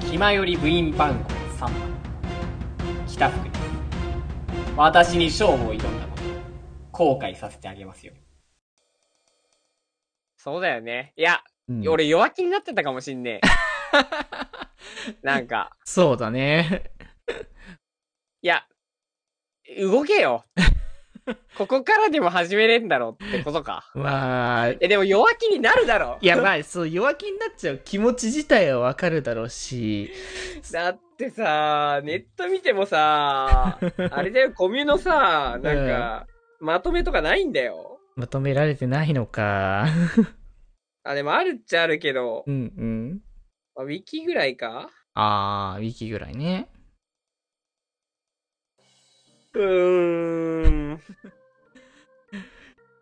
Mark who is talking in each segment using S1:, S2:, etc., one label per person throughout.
S1: 暇より部員番号3番北福に私に勝負を挑んだこと後悔させてあげますよそうだよねいや、
S2: うん
S1: 俺弱気になってたかもしんね えなんか
S2: そうだね。
S1: いや動け よここからでも始めれんだろうってことか
S2: まあ、い
S1: えでも弱気になるだろ
S2: や、まあ、そう、弱気になっちゃう気持ち自体はわかるだろうし、
S1: だってさ、ネット見ても さ、あれだよ、コミュのさ、なんか、まとめとかないんだよ。
S2: まとめられてないのか。
S1: あ、でもあるっちゃあるけど
S2: う、んうん。
S1: まあウィキぐらいか
S2: あー、ウィキぐらいね。
S1: うーん。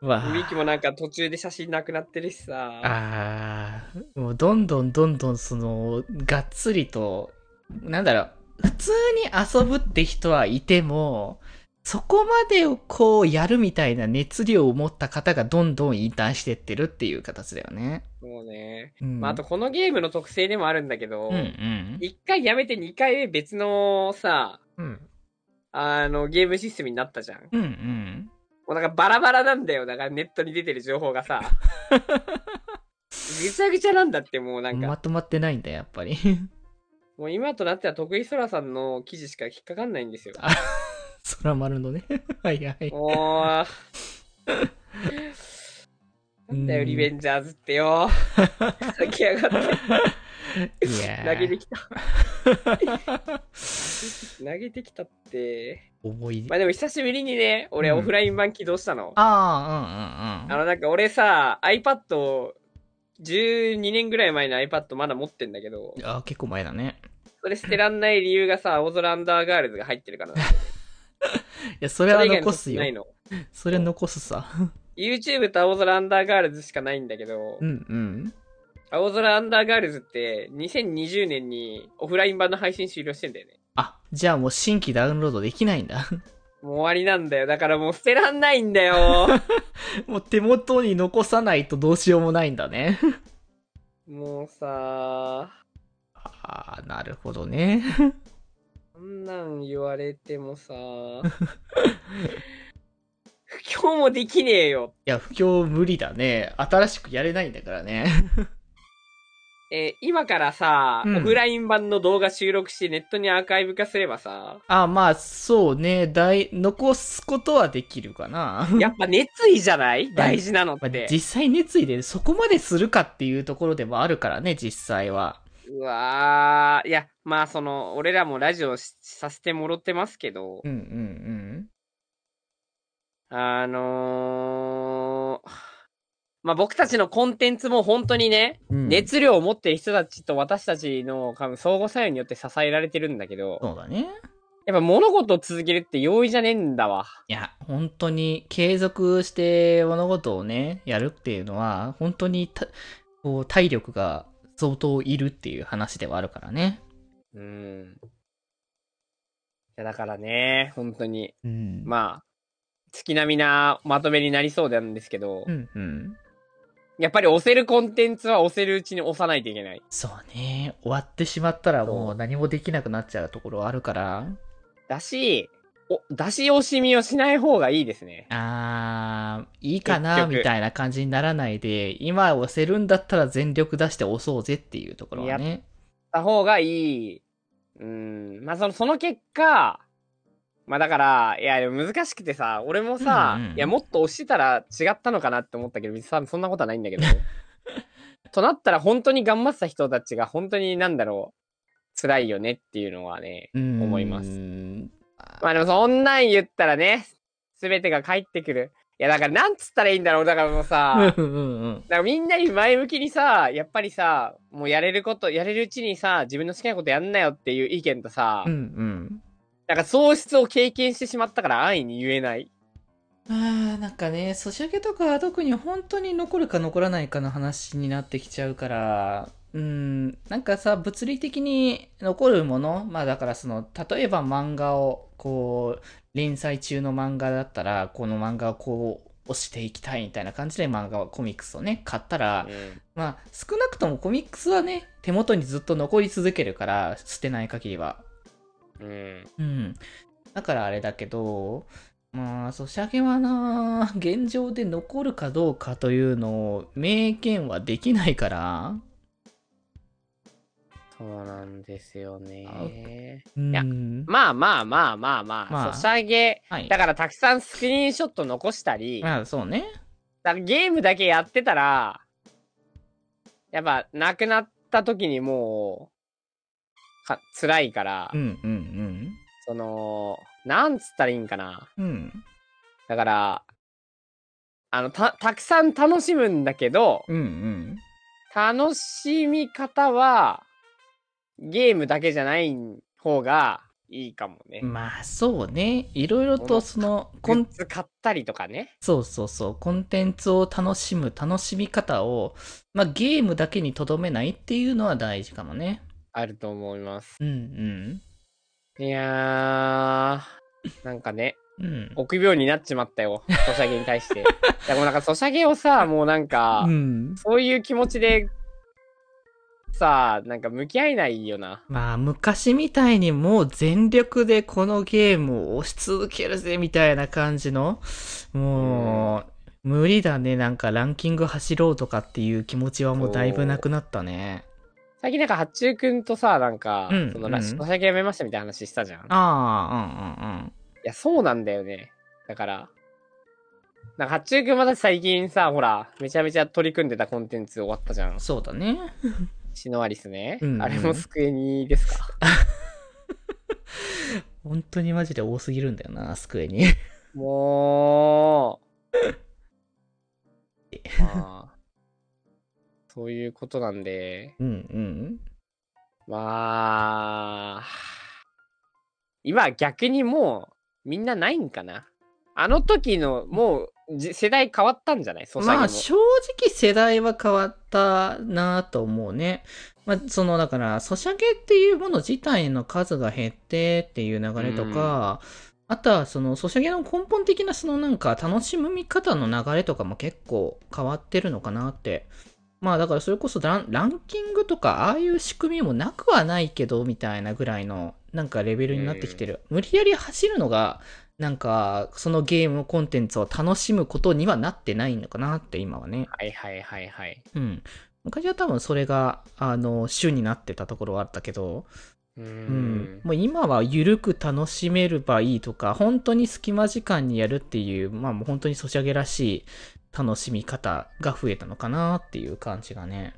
S1: ウ
S2: わあ
S1: ィキもなんか途中で写真なくなってるしさ。
S2: あーもうどんどんどんどんそのがっつりとなんだろう普通に遊ぶって人はいてもそこまでをこうやるみたいな熱量を持った方がどんどん引退してってるっていう形だよね。
S1: もうね。
S2: うん、
S1: まあ、あとこのゲームの特性でもあるんだけど
S2: うん、うん
S1: 一回やめて二回目別のさ、
S2: うん
S1: あの、ゲームシステムになったじゃん。
S2: うんうん
S1: もうなんかバラバラなんだよ。だからネットに出てる情報が さ。ぐちゃぐちゃなんだって、もうなん
S2: ま
S1: か。
S2: とまってないんだやっぱり
S1: もう今となっては徳井そらさんの記事しか引っかかんないんですよ。
S2: 空丸のね はいはい
S1: もう。なんだ
S2: う
S1: よ、
S2: ん
S1: リベンジャーズって よ。咲き上がって。
S2: いや
S1: 投げて
S2: ー
S1: きた。投げてきた って。
S2: 思い
S1: まあでも久しぶりにね、俺
S2: うん
S1: オフライン版起動したの。
S2: ああ
S1: あのなんか俺さ、iPad を、12年ぐらい前の iPad まだ持ってんだけど
S2: うんう、んあー結構前だね
S1: それ捨てらんない理由がさ、青空アンダーガールズが入ってるから な。
S2: いやそ
S1: そ
S2: れは残すよ
S1: ないの。
S2: それ残すさ
S1: YouTube と青空アンダーガールズしかないんだけど
S2: う、んうん
S1: 青空アンダーガールズって2020年にオフライン版の配信終了してんだよね。
S2: あ、じゃあもう新規ダウンロードできないんだ。
S1: もう終わりなんだよ。だからもう捨てらんないんだ よ。
S2: もう手元に残さないとどうしようもないんだね。
S1: もうさ、
S2: ああ、なるほどね。
S1: そんなん言われても さ、不況もできねえよ。
S2: いや、不況無理だね。新しくやれないんだからね。
S1: えー今からさ、
S2: うん
S1: オフライン版の動画収録してネットにアーカイブ化すればさ、
S2: あまあ、そうね。だい、残すことはできるかな。
S1: やっぱ熱意じゃない大事なのっ
S2: まあ
S1: て。
S2: 実際熱意でそこまでするかっていうところでもあるからね、実際は。
S1: うわー、いや、まあその、俺らもラジオしさせてもろってますけど、
S2: うんうん
S1: あのー、まあ僕たちのコンテンツも本当にね、
S2: うん。うん、
S1: 熱量を持ってる人たちと私たちの多分相互作用によって支えられてるんだけど、
S2: そうだね。
S1: やっぱ物事を続けるって容易じゃねえんだわ。
S2: いや、本当に継続して物事をね、やるっていうのは、本当にたこう体力が相当いるっていう話ではあるからね。
S1: うん。いやだからね、本当に、
S2: うんま
S1: まあ、月並みなまとめになりそうなんですけど、
S2: うんうん。
S1: やっぱり押せるコンテンツは押せるうちに押さないといけない。
S2: そうね。終わってしまったらも
S1: そう
S2: う何もできなくなっちゃうところはあるから。
S1: だし、お、出し惜しみをしない方がいいですね。
S2: あー、いいかな、
S1: 結局
S2: みたいな感じにならないで、今押せるんだったら全力出して押そうぜっていうところはね。
S1: た方がいい。うん。まあ、その、その結果、まあだから、いや、でも難しくてさ、俺もさ、
S2: うんうん
S1: いや、もっと押してたら違ったのかなって思ったけど、別にさそんなことはないんだけど。 となったら、本当に頑張ってた人たちが、本当になんだろう、辛いよねっていうのはね。
S2: うん
S1: 思います
S2: あ
S1: まあでも、そんなん言ったらね、すべてが返ってくる。いや、だから、なんつったらいいんだろう。だからもうさ、
S2: うんうんうん。
S1: だからみんなに前向きにさ、やっぱりさ、もうやれること、やれるうちにさ、自分の好きなことやんなよっていう意見とさ、
S2: うんうん。
S1: なんか喪失を経験してしまったから安易に言えない。
S2: あーなんかね、ソシャゲとかは特に本当に残るか残らないかの話になってきちゃうから、うん、なんかさ、物理的に残るもの、まあだからその、例えば漫画を、こう、連載中の漫画だったら、この漫画をこう、押していきたいみたいな感じで漫画はコミックスをね、買ったら、
S1: うん
S2: まあ少なくともコミックスはね、手元にずっと残り続けるから、捨てない限りは。
S1: うん。
S2: うん。だからあれだけど、まあ、ソシャゲはな、現状で残るかどうかというのを明言はできないから、
S1: そうなんですよね。
S2: うん。
S1: やまあまあまあまあまあ、
S2: まあ
S1: ソシャゲ、
S2: はい。
S1: だからたくさんスクリーンショット残したり、
S2: まあ、そうね。
S1: だからゲームだけやってたら、やっぱ亡くなった時にもう、か辛いから、
S2: うんうん
S1: その、なんつったらいいんかな。
S2: うん。うん。
S1: だから、あの、た、たくさん楽しむんだけど、
S2: うんうん。
S1: 楽しみ方は、ゲームだけじゃない方がいいかもね。
S2: まあそうねいろいろとその
S1: グ
S2: コ
S1: ッ
S2: ン
S1: ズ買ったりとかね。
S2: そうそうそうコンテンツを楽しむ楽しみ方を、まあ、ゲームだけにとどめないっていうのは大事かもね
S1: あると思います。
S2: うん
S1: いやー、なんかね、
S2: うんうん
S1: 臆病になっちまったよ。ソシャゲに対 して。いや、もうなんかソシャゲをさ、もうなんか、
S2: うん
S1: そういう気持ちで、さあ、なんか向き合えないよな。
S2: まあ昔みたいにもう全力でこのゲームを押し続けるぜみたいな感じのもう無理だねなんかランキング走ろうとかっていう気持ちはもうだいぶなくなったね
S1: 最近なんか、八中くんとさ、なんか、
S2: うん
S1: そのら、
S2: うん
S1: ソシャゲやめましたみたいな話したじゃん。い
S2: ああうんうんうん
S1: や、そうなんだよね。だから、なんか、八中くんまた最近さ、ほら、めちゃめちゃ取り組んでたコンテンツ終わったじゃん。
S2: そうだね
S1: シノアリスね。
S2: うんうん
S1: あれもスクエニです か。
S2: 本当にマジで多すぎるんだよな、スクエに。
S1: も う、まあ、そういうことなんで、
S2: うんうん。
S1: まあ、今逆にもうみんなないんかな。あの時のもうじ世代変わったんじゃないソシャゲも。
S2: まあ正直世代は変わったなぁと思うね。まあそのだから、ソシャゲっていうもの自体の数が減ってっていう流れとか、あとはそのソシャゲの根本的なそのなんか楽しみ方の流れとかも結構変わってるのかなって。まあだからそれこそランランキングとかああいう仕組みもなくはないけどみたいなぐらいのなんかレベルになってきてる。無理やり走るのがなんかそのゲームコンテンツを楽しむことにはなってないのかなって今はね。
S1: はいはいはいはい。
S2: うん。昔は多分それがあの主になってたところはあったけど、
S1: うー
S2: う
S1: ん。
S2: んもう今は緩く楽しめればいいとか、本当に隙間時間にやるっていう、まあもう本当にソシャゲらしい楽しみ方が増えたのかなっていう感じがね。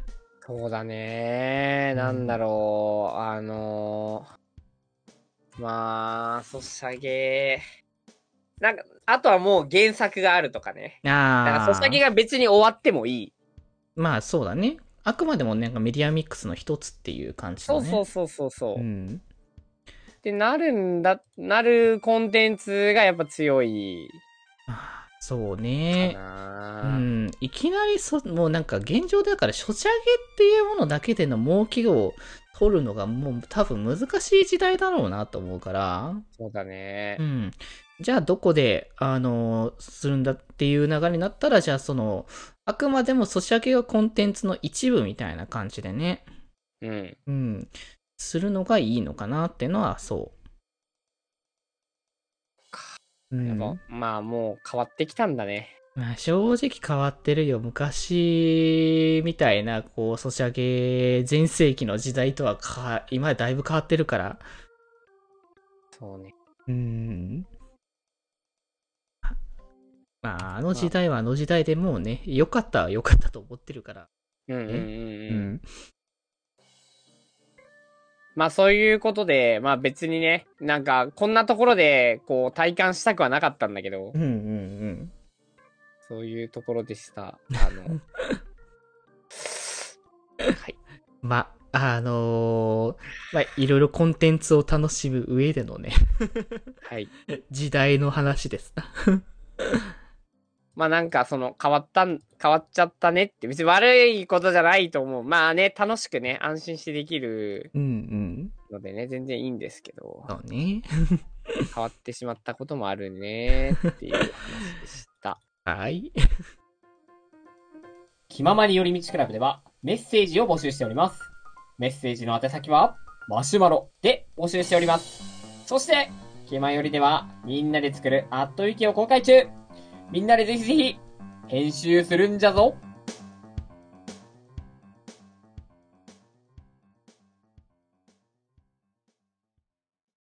S1: そうだねなんだろう。あのーまあ、ソシャゲなんか、あとはもう原作があるとかね。だか
S2: あ
S1: ら
S2: あ。
S1: ソシャゲが別に終わってもいい。
S2: まあそうだね。あくまでもなんかメディアミックスの一つっていう感じだ
S1: そ
S2: ね。
S1: うそうそうそうそう。
S2: うん。
S1: ってなるんだ、なるコンテンツがやっぱ強い
S2: あーそう
S1: か
S2: ね。う
S1: な。
S2: ん、いきなりそ、もうなんか現状だから、書写ゲっていうものだけでの儲けを取るのがもう多分難しい時代だろうなと思うから、
S1: そうだね
S2: う。ん。じゃあどこで、あの、するんだっていう流れになったら、じゃあその、あくまでもソシャゲがコンテンツの一部みたいな感じでね、
S1: うん。
S2: うん、するのがいいのかなってのはそう。うん
S1: やっぱ、まあもう変わってきたんだね。
S2: まあ正直変わってるよ。昔みたいな、こう、ソシャゲ全盛期の時代とはか、今だいぶ変わってるから。
S1: そうね。
S2: うん。まあ、あの時代はあの時代でもうね、良かったは良かったと思ってるから。
S1: うんうんうん
S2: う
S1: うん。。まあそういうことで、まあ別にね、なんかこんなところでこう体感したくはなかったんだけど
S2: う、んうんうん。
S1: そういうところでした。あ の、はい。
S2: まあ、あのーまあ、いろいろコンテンツを楽しむ上でのね、
S1: はい。
S2: 時代の話です。
S1: まあなんかその変わったん、変わっちゃったねって、別に悪いことじゃないと思う。まあね、楽しくね、安心してできる
S2: うんうん。
S1: のでね、全然いいんですけど、
S2: そうね。
S1: 変わってしまったこともあるねっていう話でした。
S2: はい。
S1: 気ままに寄り道クラブではメッセージを募集しております。メッセージの宛先は、マシュマロで募集しております。そして、気まよりでは、みんなで作るあっという間を公開中みんなでぜひぜひ、編集するんじゃぞ